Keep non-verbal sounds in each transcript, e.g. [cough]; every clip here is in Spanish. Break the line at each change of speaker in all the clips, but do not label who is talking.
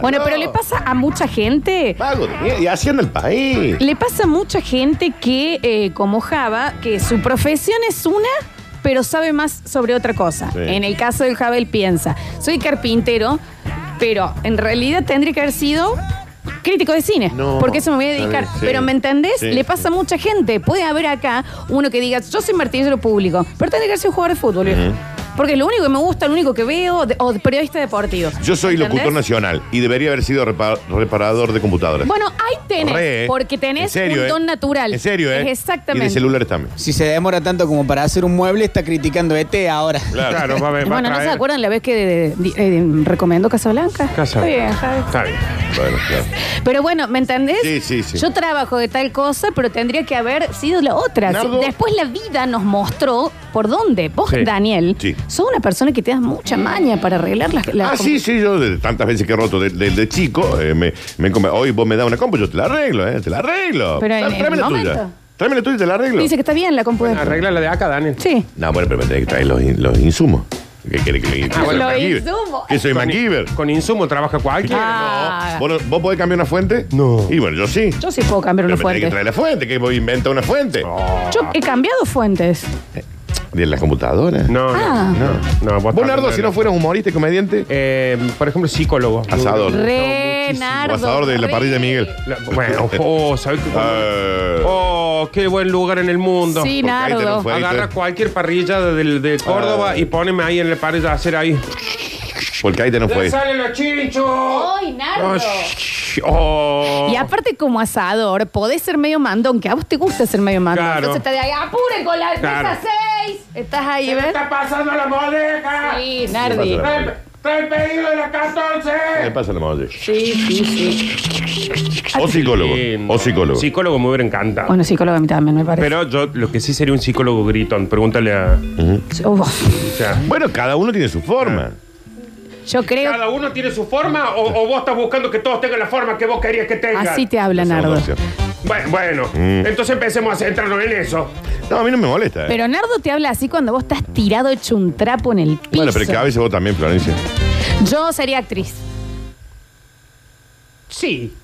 Bueno, pero le pasa a mucha gente.
Vago de mierda. Y haciendo el país.
Le pasa a mucha gente que, eh, como Java, que su profesión es una, pero sabe más sobre otra cosa.
Sí.
En el caso del Java, él piensa, soy carpintero, pero en realidad tendría que haber sido crítico de cine,
No,
porque eso me voy a
está
dedicar.
bien, sí.
pero, ¿me entendés?
Sí,
le pasa a mucha gente. Puede haber acá uno que diga, yo soy martillero público, pero tendría que haber sido jugador de fútbol.
Ujú.
Porque es lo único que me gusta, lo único que veo, de- o de periodista deportivo.
Yo soy
¿Entendés?
locutor nacional y debería haber sido repa- reparador de computadoras.
Bueno, ahí tenés,
Re, ¿eh?
porque
En
tenés
serio,
un
¿eh?
don natural.
En serio, ¿eh?
Es
Y
Exactamente.
de celulares también.
Si se demora tanto como para hacer un mueble, está criticando ET ahora.
Claro.
Claro, va a ver. va a
bueno, ¿no se
traer-
acuerdan la vez que de- de- de- de- recomendó Casablanca? Está
Casa-
bien, Javi.
Está bien.
Bueno, claro.
Pero bueno, ¿me entendés?
Sí, sí, sí.
Yo trabajo de tal cosa, pero tendría que haber sido la otra.
Nardo.
Después la vida nos mostró por dónde. Vos,
Sí.
Daniel,
Sí.
sos una persona que te das mucha maña para arreglar las cosas.
ah, sí, sí, yo de tantas veces que he roto de, de- de chico, eh, me, me come- hoy vos me das una compu, yo te la arreglo, ¿eh? Te la arreglo.
Pero en-
Tra-
en
tráeme
el
la tuya.
momento.
Tráeme la tuya y te la arreglo.
Dice que está bien la computadora.
Arregla la de acá, Daniel.
sí.
No, bueno, pero me tenés que traer los, in- los insumos. ¿Qué quiere que le
Ah, bueno,
que soy
los
MacGyver?
insumos.
Que soy
Con-
MacGyver.
Con insumo trabaja cualquiera.
Ah,
¿Vos, no- vos podés cambiar una fuente?
No.
Y bueno, yo sí.
yo sí puedo cambiar
Pero me tenés que
una fuente.
traer la fuente, que voy a inventar una fuente.
Yo he cambiado fuentes.
¿Y en las computadoras?
No,
Ah.
no, no. no vos
Vos, Nardo,
también,
si no fueras humorista y comediante,
Eh, por ejemplo, psicólogo.
Asador.
Renardo.
Guasador de la parrilla de Miguel.
La-
[laughs]
Bueno, oh, ¿sabés qué?
Eh,
Oh, qué buen lugar en el mundo.
Sí,
Porque ahí tenés un
Nardo.
fuego.
Agarra cualquier parrilla de, de Córdoba
Ah.
y poneme ahí en la parrilla a hacer ahí.
Porque ahí te no fue.
¡Sale la chincho!
¡Ay, Nardo!
Oh, sh- oh.
Y aparte, como asador, podés ser medio mandón, que a vos te gusta ser medio mandón.
Claro.
Entonces te de ahí, apuren con la
Claro.
mesa 6. Estás ahí,
¿Qué me
¿ves?
está pasando la molleja?
Sí, Nardi.
pasa?
Trae- trae el pedido de la 14!
¿Qué pasa, la madre?
Sí, sí, sí.
O psicólogo.
Ah, Sí, no.
O psicólogo.
Psicólogo me hubiera encantado.
Bueno, psicólogo a mí también me parece.
Pero yo lo que sí sería un psicólogo gritón. Pregúntale a.
Uf,
o sea,
Bueno, cada uno tiene su forma.
Ah.
yo creo
¿Cada uno tiene su forma o, o vos estás buscando que todos tengan la forma que vos querías que tengan?
así te habla
Segunda
Nardo.
opción.
Bueno, bueno,
Mm.
entonces empecemos a centrarnos en eso.
No, a mí no me molesta. eh.
Pero Nardo te habla así cuando vos estás tirado hecho un trapo en el piso.
bueno, pero que a veces vos también, Florencia.
Yo sería actriz.
Sí.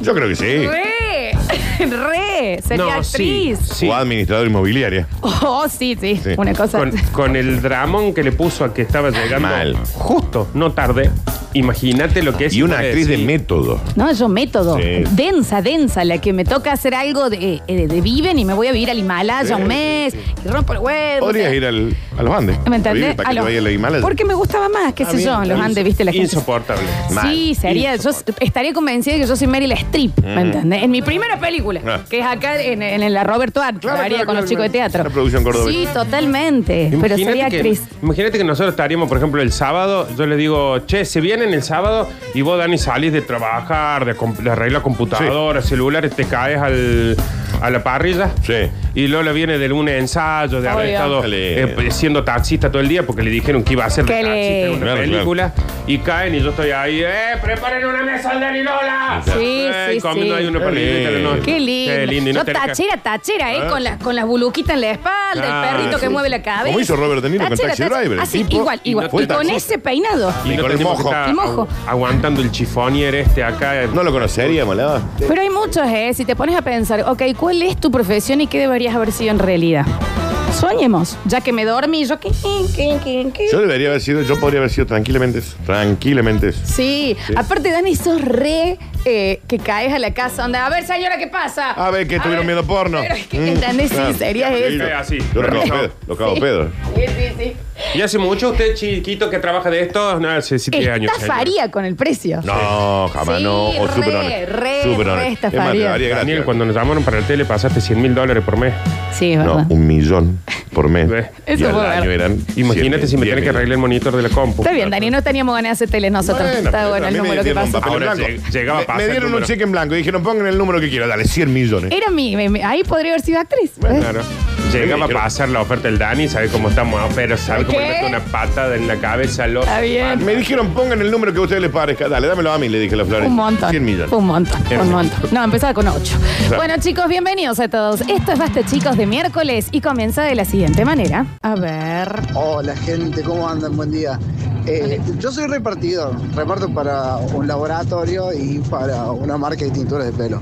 Yo creo que sí.
¡Re! [laughs] ¡Re! Sería
No, sí,
actriz.
sí.
O administrador inmobiliaria.
Oh, sí, sí,
Sí.
Una cosa.
Con, con el dramón que le puso a que estaba llegando.
Mal.
Justo, no tarde. Imagínate lo que es.
Y una
puede
actriz de
decir.
método.
No, yo método.
Sí.
Densa, densa, la que me toca hacer algo de, eh, de- de viven y me voy a vivir al Himalaya
Sí,
un mes y rompo el huevo.
Podrías
o sea,
ir al, a los Andes.
¿Me
A
entendés?
vivir Para
A
que
los-
te vaya a la Himalaya.
Porque me gustaba más, qué sé yo, en los Andes, viste la gente.
Insoportable.
Mal.
Sí, sería, yo estaría convencida de que yo soy Meryl Streep, ¿me entendés? En mi primera película,
Ah.
que es acá en, en la Roberto Art,
Claro,
la haría
claro,
con
claro,
los chicos de
claro.
teatro.
Una producción cordobesa.
Sí, totalmente, pero sería
Imagínate que,
actriz.
imagínate que nosotros estaríamos, por ejemplo, el sábado. Yo le digo, che, se vienen el sábado y vos, Dani, salís de trabajar, de, comp- de arreglar computadoras, celulares, te caes al, a la parrilla.
Sí.
Y Lola viene de un ensayo, de haber
Obvio.
estado
Qué lindo.
eh, siendo taxista todo el día porque le dijeron que iba a ser de
Qué
taxista en una
lindo. Claro,
película. Y caen y yo estoy ahí, ¡eh! ¡Preparen una mesa al Dani Lola!
Sí,
Eh,
sí,
comiendo
sí.
ahí una
Qué
parrillita de
lindo.
noche.
Qué lindo.
Y no
Yo
tenés que-
tachera, tachera, ¿eh?
¿Ah?
Con, las con las buluquitas en la espalda,
Ah,
el perrito que
sí,
mueve
sí.
la cabeza.
Como hizo Robert De Niro con Taxi Driver, el
Así,
tipo,
igual,
y
igual.
no fue
Y con
taxista.
ese peinado.
Y
Y
no
con el
tenemos que
mojo.
estar
El mojo.
agu- aguantando el chifonier este acá.
No lo conoceríamos, ¿no?
Pero hay muchos, ¿eh? Si te pones a pensar, ok, ¿cuál es tu profesión y qué deberías haber sido en realidad? Soñemos, ya que me dormí, yo que.
Yo debería haber sido, yo podría haber sido tranquilamente eso. Tranquilamente eso.
Sí.
Sí.
aparte, Dani, sos re eh, que caes a la casa donde, a ver, señora, ¿qué pasa?
A ver, que tuvieron
ver".
miedo porno.
Pero es que,
Mm,
¿entendés? Sí,
claro.
sería eso.
Eh, así.
Yo lo cago a pedo. Lo cago a pedo.
Sí, sí, sí.
¿Y hace mucho usted, chiquito, que trabaja de esto? No, hace siete años. señor.
Estafaría con el precio.
No, jamás
Sí,
no. Oh, O
re,
super honest.
re,
super
re
honest. Es más, te
estafaría.
daría gracias.
Daniel, cuando nos llamaron para el tele, pasaste 100 mil dólares por mes.
Sí, es
No,
verdad.
un millón por mes.
Ve.
Y
Eso
al
fue
año
verdad.
eran
Imagínate
siete,
si me
diez
tiene que
mil.
arreglar el monitor de la compu.
Está bien, Dani, no teníamos ganas de hacer tele nosotros.
Bueno,
Está
pero
bueno,
a
el
mí me
número que
dieron un
pasó.
papel en
Ahora
blanco.
lleg- llegaba a
Me-
pasar
Me
el
dieron un
número.
cheque en blanco y dijeron pongan el número que quieran, dale, 100 millones.
Era mi, mi- mi- ahí podría haber sido actriz. ¿ves?
Claro. Llegaba a pasar la oferta del Dani, sabe cómo estamos, ah, pero sabe cómo le
¿Qué?
mete una pata en la cabeza los.
Está bien.
Me dijeron pongan el número que a ustedes les parezca, dale, dámelo a mí, le dije a la Florencia.
Un montón.
100 millones.
Un montón,
Cien
un
millones.
montón. No, empezaba con 8. Bueno, chicos, bienvenidos a todos. Esto es Basta Chicos de miércoles y comienza de la siguiente manera. A ver.
Hola gente, ¿cómo andan? Buen día. Eh, yo soy repartidor, reparto para un laboratorio y para una marca de tinturas de pelo.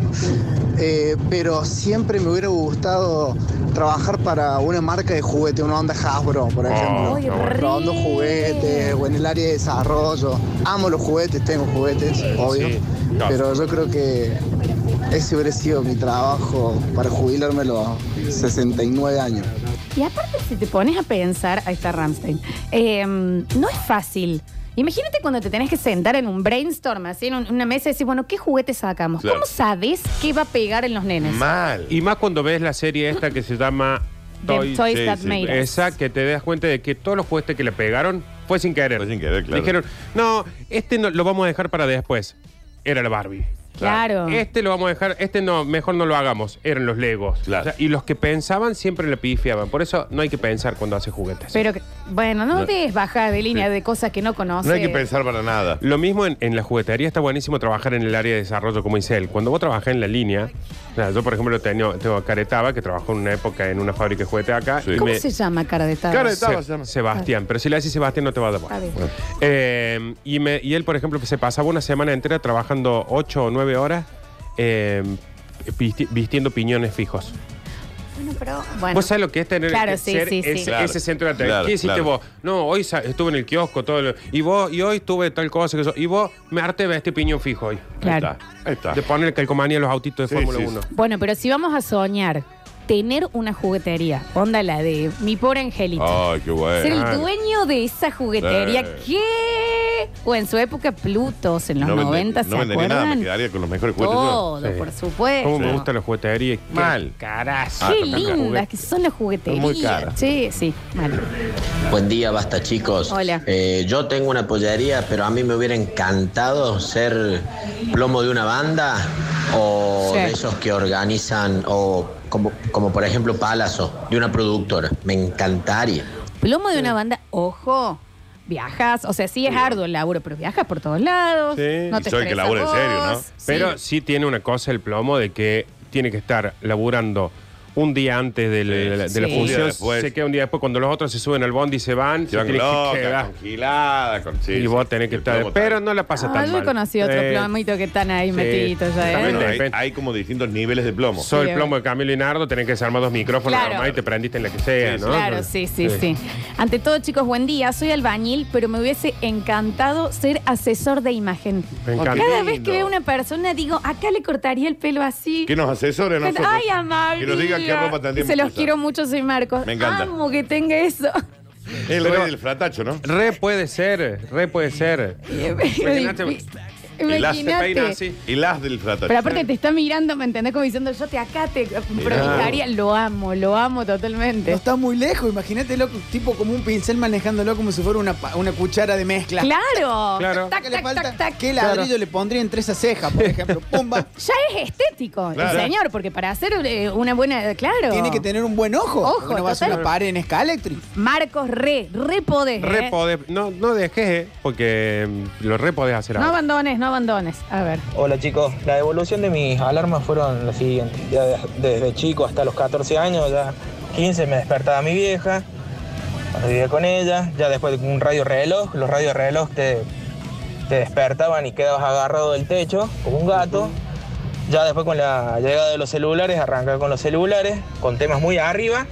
Eh, pero siempre me hubiera gustado trabajar para una marca de juguete, una onda Hasbro, por ejemplo.
Oh,
Ay,
está bueno.
re.
Probando juguetes o en el área de desarrollo. Amo los juguetes, tengo juguetes, obvio.
Sí, claro.
Pero yo creo que ese hubiera sido mi trabajo para jubilarme a los 69 años.
Y aparte, si te pones a pensar, ahí está Ramstein, no es fácil. Imagínate cuando te tenés que sentar en un brainstorm, así en un- una mesa y decir, bueno, ¿qué juguete sacamos?
Claro.
¿Cómo sabes qué va a pegar en los nenes?
Mal.
Y más cuando ves la serie esta que se llama
The
Toy-
Toys
sí,
That
sí,
Made Us.
Esa que te das cuenta de que todos los juguetes que le pegaron fue sin querer.
Fue sin querer, claro.
Dijeron, no, este no, lo vamos a dejar para después. Era la Barbie.
Claro.
Este lo vamos a dejar, este no, mejor no lo hagamos. Eran los Legos.
Claro.
O sea, y los que pensaban siempre le pifiaban. Por eso no hay que pensar cuando hace juguetes.
Pero, que- bueno, no,
No.
des baja de línea
Sí.
de cosas que no conoces.
No hay que pensar para nada.
Lo mismo en, en la juguetería está buenísimo trabajar en el área de desarrollo, como dice él. Cuando vos trabajás en la línea, o sea, yo por ejemplo tengo, tengo a Caretaba, que trabajó en una época en una fábrica de juguetes acá.
Sí.
y
¿Cómo
me-
se llama, Ah. cara de tarro?
Cara de tarro.
Se-
se llama.
Sebastián, pero si le decís Sebastián no te va a dar bola.
A ver.
Eh, y, me- y él, por ejemplo, que se pasaba una semana entera trabajando 8 o 9 horas eh, visti- vistiendo piñones fijos.
Bueno, pero, bueno.
¿Vos sabés lo que es tener
Claro,
que
sí,
ser
sí, sí.
ese,
Claro,
ese centro de atención?
claro,
¿Qué hiciste
claro.
vos? No, hoy sa- estuve en el kiosco todo lo- y vos y hoy tuve tal cosa que eso, y vos me harté de este piñón fijo hoy.
Claro.
Ahí está. Ahí está.
De poner calcomanía a los autitos de
Sí,
Fórmula
sí,
1.
sí.
Bueno, pero si vamos a soñar, tener una juguetería, onda la de mi pobre angelito.
Ay, qué
Ser
bueno.
el
Claro.
dueño de esa juguetería
Eh.
que... O en su época Plutos, en los
vende-
90,
no
¿se
vendería nada, me
acuerdan?
quedaría con los mejores juguetes. yo.
Todo,
Sí.
por supuesto.
¿Cómo me gusta la juguetería? Qué
Mal.
Carazo.
Ah,
Qué
también
la
lindas
juguete-
que son las jugueterías.
Muy caras.
Sí, sí. Vale.
Buen día, basta chicos.
Hola.
Eh, yo tengo una pollería, pero a mí me hubiera encantado ser plomo de una banda o
Sí.
de esos que organizan, o como, como por ejemplo Palazzo, de una productora. Me encantaría.
Plomo de una banda, ojo. Viajas, o sea, sí es arduo el laburo, pero viajas por todos lados.
Sí.
No
Y
te
soy el que
estresas
labura en
vos.
serio, ¿no?
Sí.
Pero sí tiene una cosa el plomo de que tiene que estar laburando un día antes del- de, la, de
Un
Sí.
la
día
función.
después.
Se queda un día después. Cuando los otros se suben al bondi y se van,
Se
se
van
tiene que
locas,
quedar.
con giladas, con sí,
Y
sí,
vos tenés que
el
estar.
plomo
Pero
tal.
no la pasa
Ah,
tan
yo
mal.
he conocido otro
Eh,
plomito que están ahí
sí.
metidos ya,
También
¿eh?
Bueno, hay,
depende.
hay como distintos niveles de plomo.
So-
Soy
Sí,
el plomo de Camilo Linardo, tenés que desarmar dos micrófonos
Pues Claro.
nomás y te prendiste en la que sea,
Sí,
¿no?
Claro, sí, sí, sí, Ante todo, chicos, buen día. Soy albañil, pero me hubiese encantado ser asesor de imagen.
Me encanta.
Cada
Lindo.
vez que veo una persona, digo, acá le cortaría el pelo así.
que nos asesore a nosotros.
Ay, amable.
Que nos diga qué ropa tendríamos
Se los
que usar.
quiero mucho, soy Marcos.
Me encanta.
Amo que tenga
[laughs]
eso.
El
Pero-
rey del fratacho, ¿no?
Re puede ser, re puede ser. Imagínate.
El as
se peina
Imagínate.
así.
El as del fratacho.
Pero aparte te está mirando, ¿me entendés? Como diciendo, yo te acá te provocaría. Lo amo, lo amo totalmente.
No está muy lejos, imagínate, loco, tipo como un pincel manejándolo como si fuera una, pa- una cuchara de mezcla.
Claro.
Claro.
Tac,
¿Qué le
tac,
falta?
tac, tac.
¿Qué ladrillo le pondría entre esa ceja, por [laughs] ejemplo? ¡Pumba!
Ya es estético,
Claro.
el señor, porque para hacer eh, una buena. Claro.
Tiene que tener un buen ojo.
Ojo,
porque no va a ser
total.
una pared en escalectri.
Marcos, re, re podés.
Re
eh.
podés- No, no dejes, eh, porque mm, lo re podés hacer
No
ahora.
abandones, no abandones. A ver.
Hola chicos, la evolución de mis alarmas fueron las siguientes. Ya de- desde chico hasta los 14 años, ya 15 me despertaba mi vieja, vivía con ella, ya después de un radio reloj, los radio reloj te, te despertaban y quedabas agarrado del techo como un gato. Ya después con la llegada de los celulares, arrancar con los celulares, con temas muy arriba.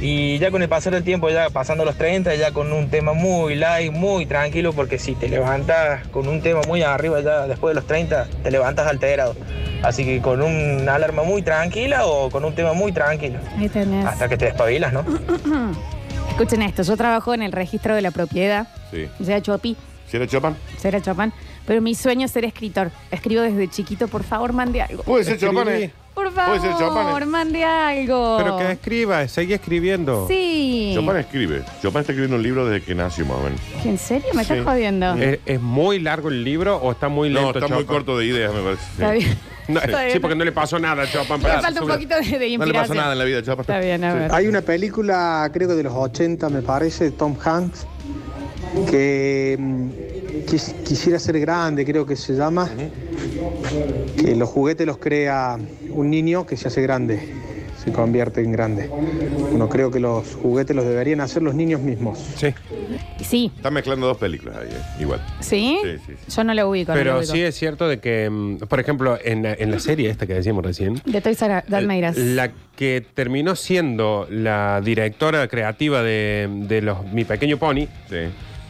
Y ya con el pasar del tiempo, ya pasando los 30, ya con un tema muy light, muy tranquilo, porque si te levantas con un tema muy arriba, ya después de los 30, te levantas alterado. Así que con una alarma muy tranquila o con un tema muy tranquilo.
Ahí tenés.
Hasta que te despabilas, ¿no?
Escuchen esto, yo trabajo en el registro de la propiedad.
Sí.
Ya Chopi,
¿Si era Chopin?
será Chopin. Pero mi sueño es ser escritor. Escribo desde chiquito, por favor, mande algo.
Puede ser
Escribí.
Chopin, ¿eh?
Por
puede ser
favor,
Chopin.
mande algo.
Pero que escriba, seguí escribiendo.
Sí.
Chopin escribe. Chopin está escribiendo un libro desde que nació, más o menos.
¿En serio? ¿Me estás
Sí. Eh,
jodiendo?
¿Es, es muy largo el libro o está muy
No,
lento?
está muy
Chopin?
corto de ideas, me parece. Sí.
Está bien.
No,
[laughs] Está bien.
sí, porque no le pasó nada a Chopin.
Me
para-
falta un poquito
No le
de, de
pasa
inspiración.
nada en la vida, Chopin.
Está bien, a
Sí.
ver.
Hay una película, creo que de los 80, me parece, de Tom Hanks, que mm, quis- quisiera ser grande, creo que se llama. Que los juguetes los crea un niño que se hace grande, se convierte en grande. No creo que los juguetes los deberían hacer los niños mismos.
Sí.
Sí,
Está mezclando dos películas ahí, eh, igual.
¿sí?
Sí, sí, sí.
Yo no la ubico. no la
Pero
ubico.
sí es cierto de que, mm, por ejemplo, en la, en la serie esta que decíamos recién,
De Toys R Us, Dalmeiras.
Eh, la que terminó siendo la directora creativa de, de los Mi Pequeño Pony,
Sí.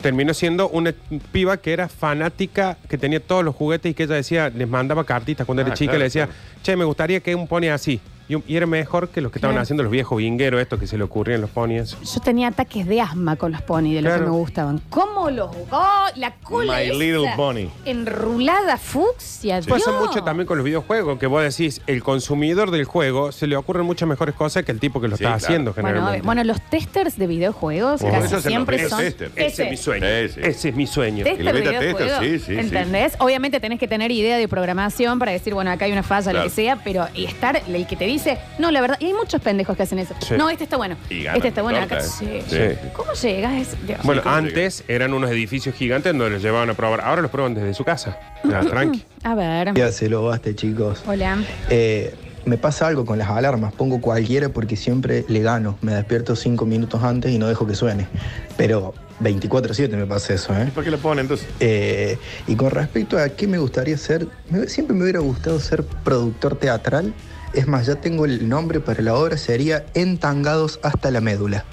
terminó siendo una piba que era fanática, que tenía todos los juguetes y que ella decía, les mandaba cartitas cuando
Ah,
era chica,
claro,
le decía,
claro.
che, me gustaría que un pony así. Y, un- y era mejor que los que estaban
Claro.
haciendo los viejos vingueros, estos que se le ocurrían los ponies.
Yo tenía ataques de asma con los ponis, de los
Claro.
que me gustaban. ¿Cómo los ¡Oh! La cola.
My
esa
little pony.
Enrulada fucsia. Dios.
Pasa mucho también con los videojuegos, que vos decís, el consumidor del juego se le ocurren muchas mejores cosas que el tipo que lo
Sí,
está
claro.
haciendo
Bueno, a
generalmente.
ver, bueno, los testers de videojuegos
Por
casi
eso se
siempre
los
son.
tester.
ese es mi sueño.
este. Sí, sí.
Ese es mi sueño.
Y le
Tester de
mete a tester,
videojuegos,
sí, sí, sí.
¿entendés? Obviamente tenés que tener idea de programación para decir, bueno, acá hay una falla,
Claro.
lo que sea, pero y estar el que te dice, no, la verdad, y hay muchos pendejos que hacen eso.
Sí.
No, este está bueno.
Y ganan
Este está bueno
torta,
acá.
¿eh?
sí.
Sí.
¿Cómo llegas? a ese- Dios.
Bueno,
Sí, ¿cómo
antes eran unos edificios gigantes donde los llevaban a probar. Ahora los prueban desde su casa.
[laughs]
Ya, tranqui.
A ver.
Ya se lo baste, chicos.
Hola.
Eh, me pasa algo con las alarmas. Pongo cualquiera porque siempre le gano. Me despierto cinco minutos antes y no dejo que suene. Pero 24-7 me pasa eso, ¿eh?
¿Por qué lo ponen entonces?
Eh, y con respecto a qué me gustaría ser, me- siempre me hubiera gustado ser productor teatral. Es más, ya tengo el nombre para la obra, sería Entangados hasta la médula.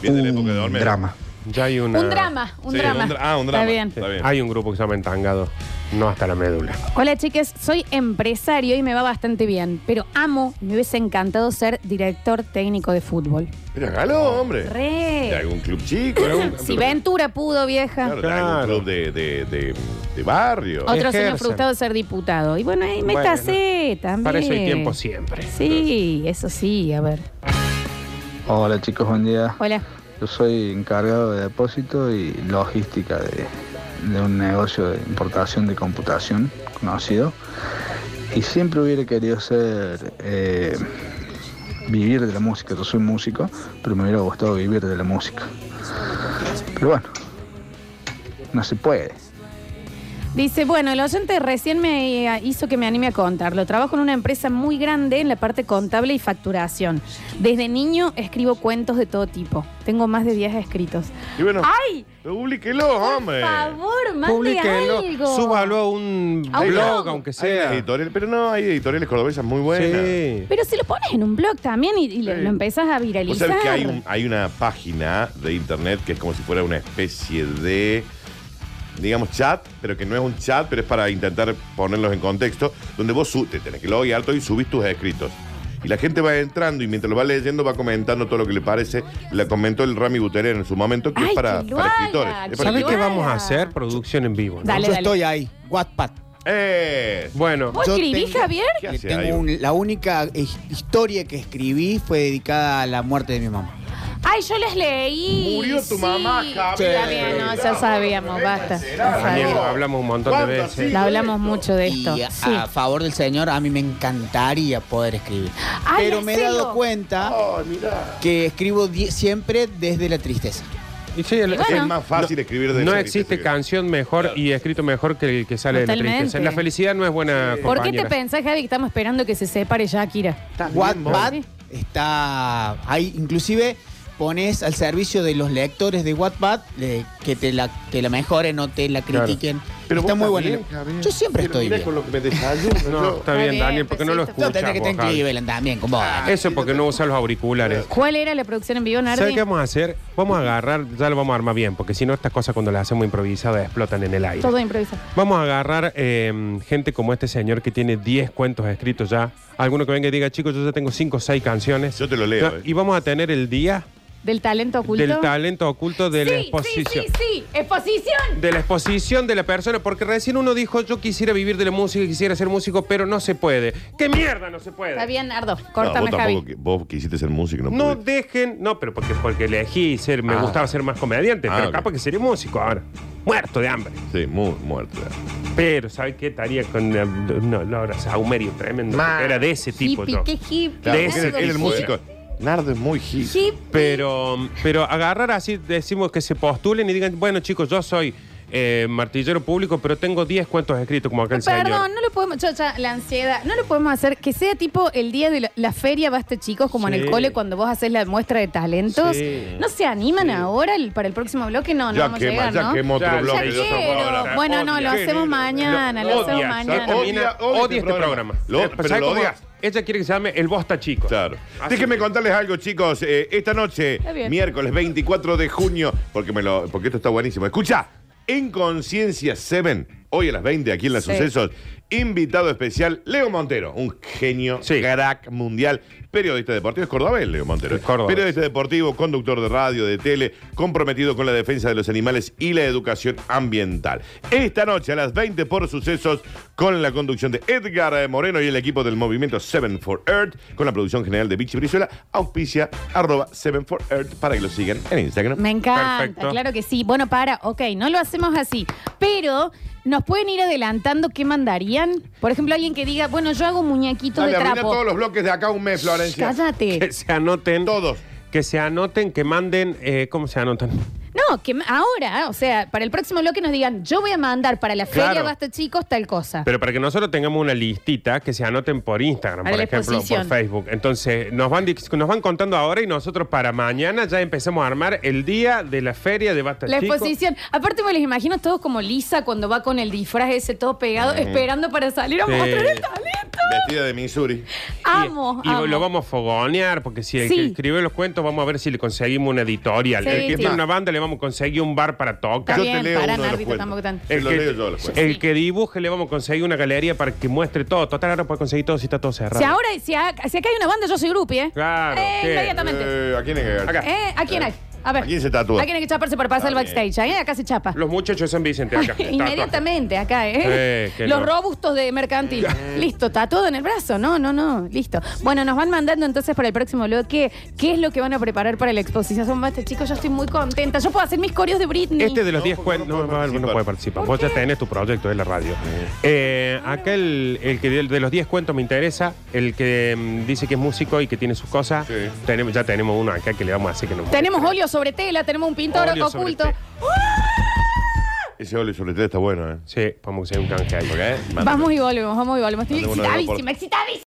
Bien de la época de
Un
Olmedo.
drama.
Ya hay una.
Un drama, un
Sí,
drama.
un dra- ah, un drama.
Está bien.
Está bien.
Hay un grupo que se llama Entangado. No hasta la médula.
Hola chicas, soy empresario y me va bastante bien, pero amo, me hubiese encantado ser director técnico de fútbol.
Pero hágalo, hombre. De
Re.
algún club chico. de algún-
[laughs] Si Ventura pudo, vieja.
Claro, de algún
Claro.
club de, de, de, de barrio.
Otro sueño
Ejercen.
frustrado ser diputado. Y bueno, ahí me
Bueno,
casé también.
Para eso hay tiempo siempre.
Sí, eso sí, a ver.
Hola chicos, buen día.
Hola.
Yo soy encargado de depósito y logística de, de un negocio de importación de computación conocido. Y siempre hubiera querido ser eh, vivir de la música. Yo soy músico, pero me hubiera gustado vivir de la música. Pero bueno, no se puede.
Dice, bueno, el oyente recién me eh, hizo que me anime a contarlo. Trabajo en una empresa muy grande en la parte contable y facturación. Desde niño escribo cuentos de todo tipo. Tengo más de 10 escritos.
Y bueno,
¡Ay!
publíquelo,
Por
hombre.
favor, mande algo.
Publíquenlo. Súbalo a un
A un
blog,
blog.
aunque
Hay
sea.
editorial- pero no, hay editoriales cordobesas muy buenas.
Sí.
Pero si lo pones en un blog también y, y lo,
Sí.
lo empezás a
Vos
viralizar.
sabés que hay, un- hay una página de internet que es como si fuera una especie de, digamos, chat, pero que no es un chat, pero es para intentar ponerlos en contexto, donde vos su- te tenés que loguear todo y subís tus escritos. Y la gente va entrando y mientras lo va leyendo va comentando todo lo que le parece. La comentó el Rami Buterer en su momento, que
Ay,
es para,
que lo
para
haga,
escritores. Es para
que lo
¿Sabes qué
escritores.
haga.
vamos a hacer? Producción en vivo. ¿no?
Dale,
Yo
dale.
estoy ahí. Wattpad.
¡Eh!
Bueno,
¿Vos
Yo
escribís,
tengo-
Javier?
¿Qué
Le
hace ahí?
Tengo un- la única eh, historia que escribí fue dedicada a la muerte de mi mamá.
Ay, yo les leí.
Murió tu
Sí.
mamá, Javier.
Está bien, no, ya sabíamos, basta. Ya
Daniel, lo
sabíamos.
hablamos un montón de
¿Cuántas
veces.
sí?
Lo hablamos mucho de esto.
Y a,
Sí.
a favor del señor, a mí me encantaría poder escribir.
Ay, Oh.
Pero me he dado
hacelo.
cuenta que escribo die- siempre desde la tristeza.
Y sí, el-
Y bueno.
Es más fácil escribir de
No
ese-
existe
ese-
canción mejor y escrito mejor que el que sale de la
Totalmente.
tristeza. La felicidad no es buena
¿Por qué te
compañera.
pensás, Javi, que estamos esperando que se separe Shakira?
Wattpad está ahí, inclusive pones al servicio de los lectores de Wattpad eh, que te la, que la mejoren o te la
Claro.
critiquen.
Pero
está
vos
muy
también,
bueno.
Javier.
Yo siempre
Pero
estoy
mirá
bien.
con lo que me [laughs] desayuno.
No,
yo.
está
Está
bien,
bien,
Daniel, porque no lo
pesito.
escuchas.
No, tenés que estar en
vos, Javi?
Cleveland también, con
Ah,
vos.
Eso es porque no usa los auriculares.
¿Cuál era la producción en vivo,
¿Sabes
Nardi?
qué vamos a hacer? Vamos a agarrar, ya lo vamos a armar bien, porque si no, estas cosas cuando las hacemos improvisadas explotan en el aire.
Todo improvisado.
Vamos a agarrar eh, gente como este señor que tiene 10 cuentos escritos ya. Alguno que venga y diga, chicos, yo ya tengo 5 o 6 canciones.
Yo te lo leo,
Ya,
eh.
Y vamos a tener el día
¿Del talento oculto?
del talento oculto de la
sí, sí,
exposición.
sí, sí. ¡Exposición!
De la exposición de la persona, porque recién uno dijo, yo quisiera vivir de la música, quisiera ser músico, pero no se puede. ¡Qué mierda no se puede!
Está bien, Nardo.
No,
Córtame,
vos tampoco
Javi.
que- vos quisiste ser músico, no,
No
pudiste.
dejen, no, pero porque, porque elegí ser, me gustaba ser más comediante,
Ah,
pero
ok.
capaz que sería músico ahora. Muerto de hambre.
Sí, muy muerto.
Pero, ¿sabes qué? Estaría con eh, no, Laura Saumerio, tremendo. porque Era de ese tipo
Hippie,
yo.
qué hippie.
Claro,
De
porque
ese
era, era el
tipo.
músico. Nardo es muy hip.
Hippie.
Pero, pero agarrar así, decimos que se postulen y digan, bueno chicos, yo soy eh, martillero público, pero tengo 10 cuentos escritos como aquel
Perdón,
señor.
no lo podemos, yo ya, la ansiedad, no lo podemos hacer que sea tipo el día de la, la feria basta chicos, como en
Sí.
el cole cuando vos haces la muestra de talentos.
Sí.
No se animan ahora el- para el próximo bloque, no, no
ya
vamos
quema,
a llegar,
ya
¿no?
quema otro
Ya
bloque. de
quiero.
otro programa.
Bueno, no, lo
Odia.
hacemos mañana, lo hacemos
odia,
mañana.
¿sabes? Odia,
Odia- odia
odia este programa.
Lo-
Eh,
pero
¿sabes
lo
cómo?
odia.
Ella quiere que se llame El Bosta Chico.
Claro.
Así
Déjenme
que-
contarles algo, chicos. Eh, esta noche,
Está bien.
miércoles 24 de junio, porque, me lo, porque esto está buenísimo. Escucha, en Conciencia 7, hoy a las 20, aquí en las
Sí.
sucesos, invitado especial, Leo Montero, un genio,
Sí.
crack mundial, periodista deportivo. Es cordobés, Leo Montero.
Es cordobés.
Periodista Este deportivo, conductor de radio, de tele, comprometido con la defensa de los animales y la educación ambiental. Esta noche a las 20 por sucesos con la conducción de Edgar eh, Moreno y el equipo del movimiento Seven for Earth con la producción general de Vichy Brizuela, auspicia arroba Seven for Earth para que lo sigan en Instagram.
Me encanta,
Perfecto.
claro que sí. Bueno, para, ok, no lo hacemos así. Pero, ¿nos pueden ir adelantando qué mandarían? Por ejemplo, alguien que diga, bueno, yo hago muñequitos
Dale,
de
arruina
trapo.
todos los bloques de acá un mes,
Shh,
Florencia.
Cállate.
Que se anoten.
Todos.
Que se anoten, que manden. eh, ¿Cómo se anotan?
No, que ma- ahora, o sea, para el próximo bloque nos digan, yo voy a mandar para la
Claro.
feria Basta Chicos tal cosa.
Pero para que nosotros tengamos una listita, que se anoten por Instagram,
A
por
la
ejemplo,
exposición.
por Facebook. Entonces, nos van, dic- nos van contando ahora y nosotros para mañana ya empezamos a armar el día de la feria de Basta
la
Chico.
exposición. Aparte me los imagino todos como Lisa cuando va con el disfraz ese todo pegado, esperando para salir a
Sí.
mostrar el talento.
Vestida de Missouri.
Amo,
y, y
amo.
lo vamos a fogonear, porque si el
Sí.
que escribe los cuentos, vamos a ver si le conseguimos una editorial.
Sí,
el que
sí.
tiene una banda, le vamos a conseguir un bar para
Está
tocar.
Yo
bien,
te leo
para,
uno de los
Nardito, tampoco
cuentos.
tanto.
Te
El
lo
que-
leo yo los cuentos.
El que dibuje le vamos a conseguir una galería para que muestre todo. Total, ahora puede conseguir todo si está todo cerrado.
Si ahora, si, a- si acá hay una banda, yo soy grupi, ¿eh?
Claro,
Eh,
sí.
inmediatamente.
Eh, ¿A quién es que-
Acá.
Eh, ¿A quién hay? A ver.
¿A quién se tatúa?
¿A quién hay que chaparse para pasar el
Está
backstage? Ahí acá se chapa.
Los muchachos de San Vicente
[laughs]
acá.
Inmediatamente acá, ¿eh?
Eh, que
Los
no.
robustos de mercantil. [laughs] listo, tatuado en el brazo. No, no, no. Listo. Bueno, nos van mandando entonces para el próximo bloque qué es lo que van a preparar para la exposición. Son más, chicos, yo estoy muy contenta. Yo puedo hacer mis coreos de Britney.
Este de los
No,
10
porque
cuentos
no
no,
puede
no, no
participar.
puede participar.
¿Por
Vos ya
qué?
tenés tu proyecto de la radio. Eh, acá el, el que de, de los 10 cuentos me interesa, el que mm, dice que es músico y que tiene sus cosas.
Sí.
Tenemos, ya tenemos uno acá que le vamos a hacer que nos
Tenemos óleo sobre tela, tenemos un pintor
Óleo sobre
oculto.
tela.
Ese ole sobre todo está bueno, ¿eh?
Sí, vamos a hacer un canje ahí.
¿Ok? Mándame.
Vamos y volvemos, vamos y volvemos. Estoy
Mandemos uno de dos por-
excitadísima, excitadísima.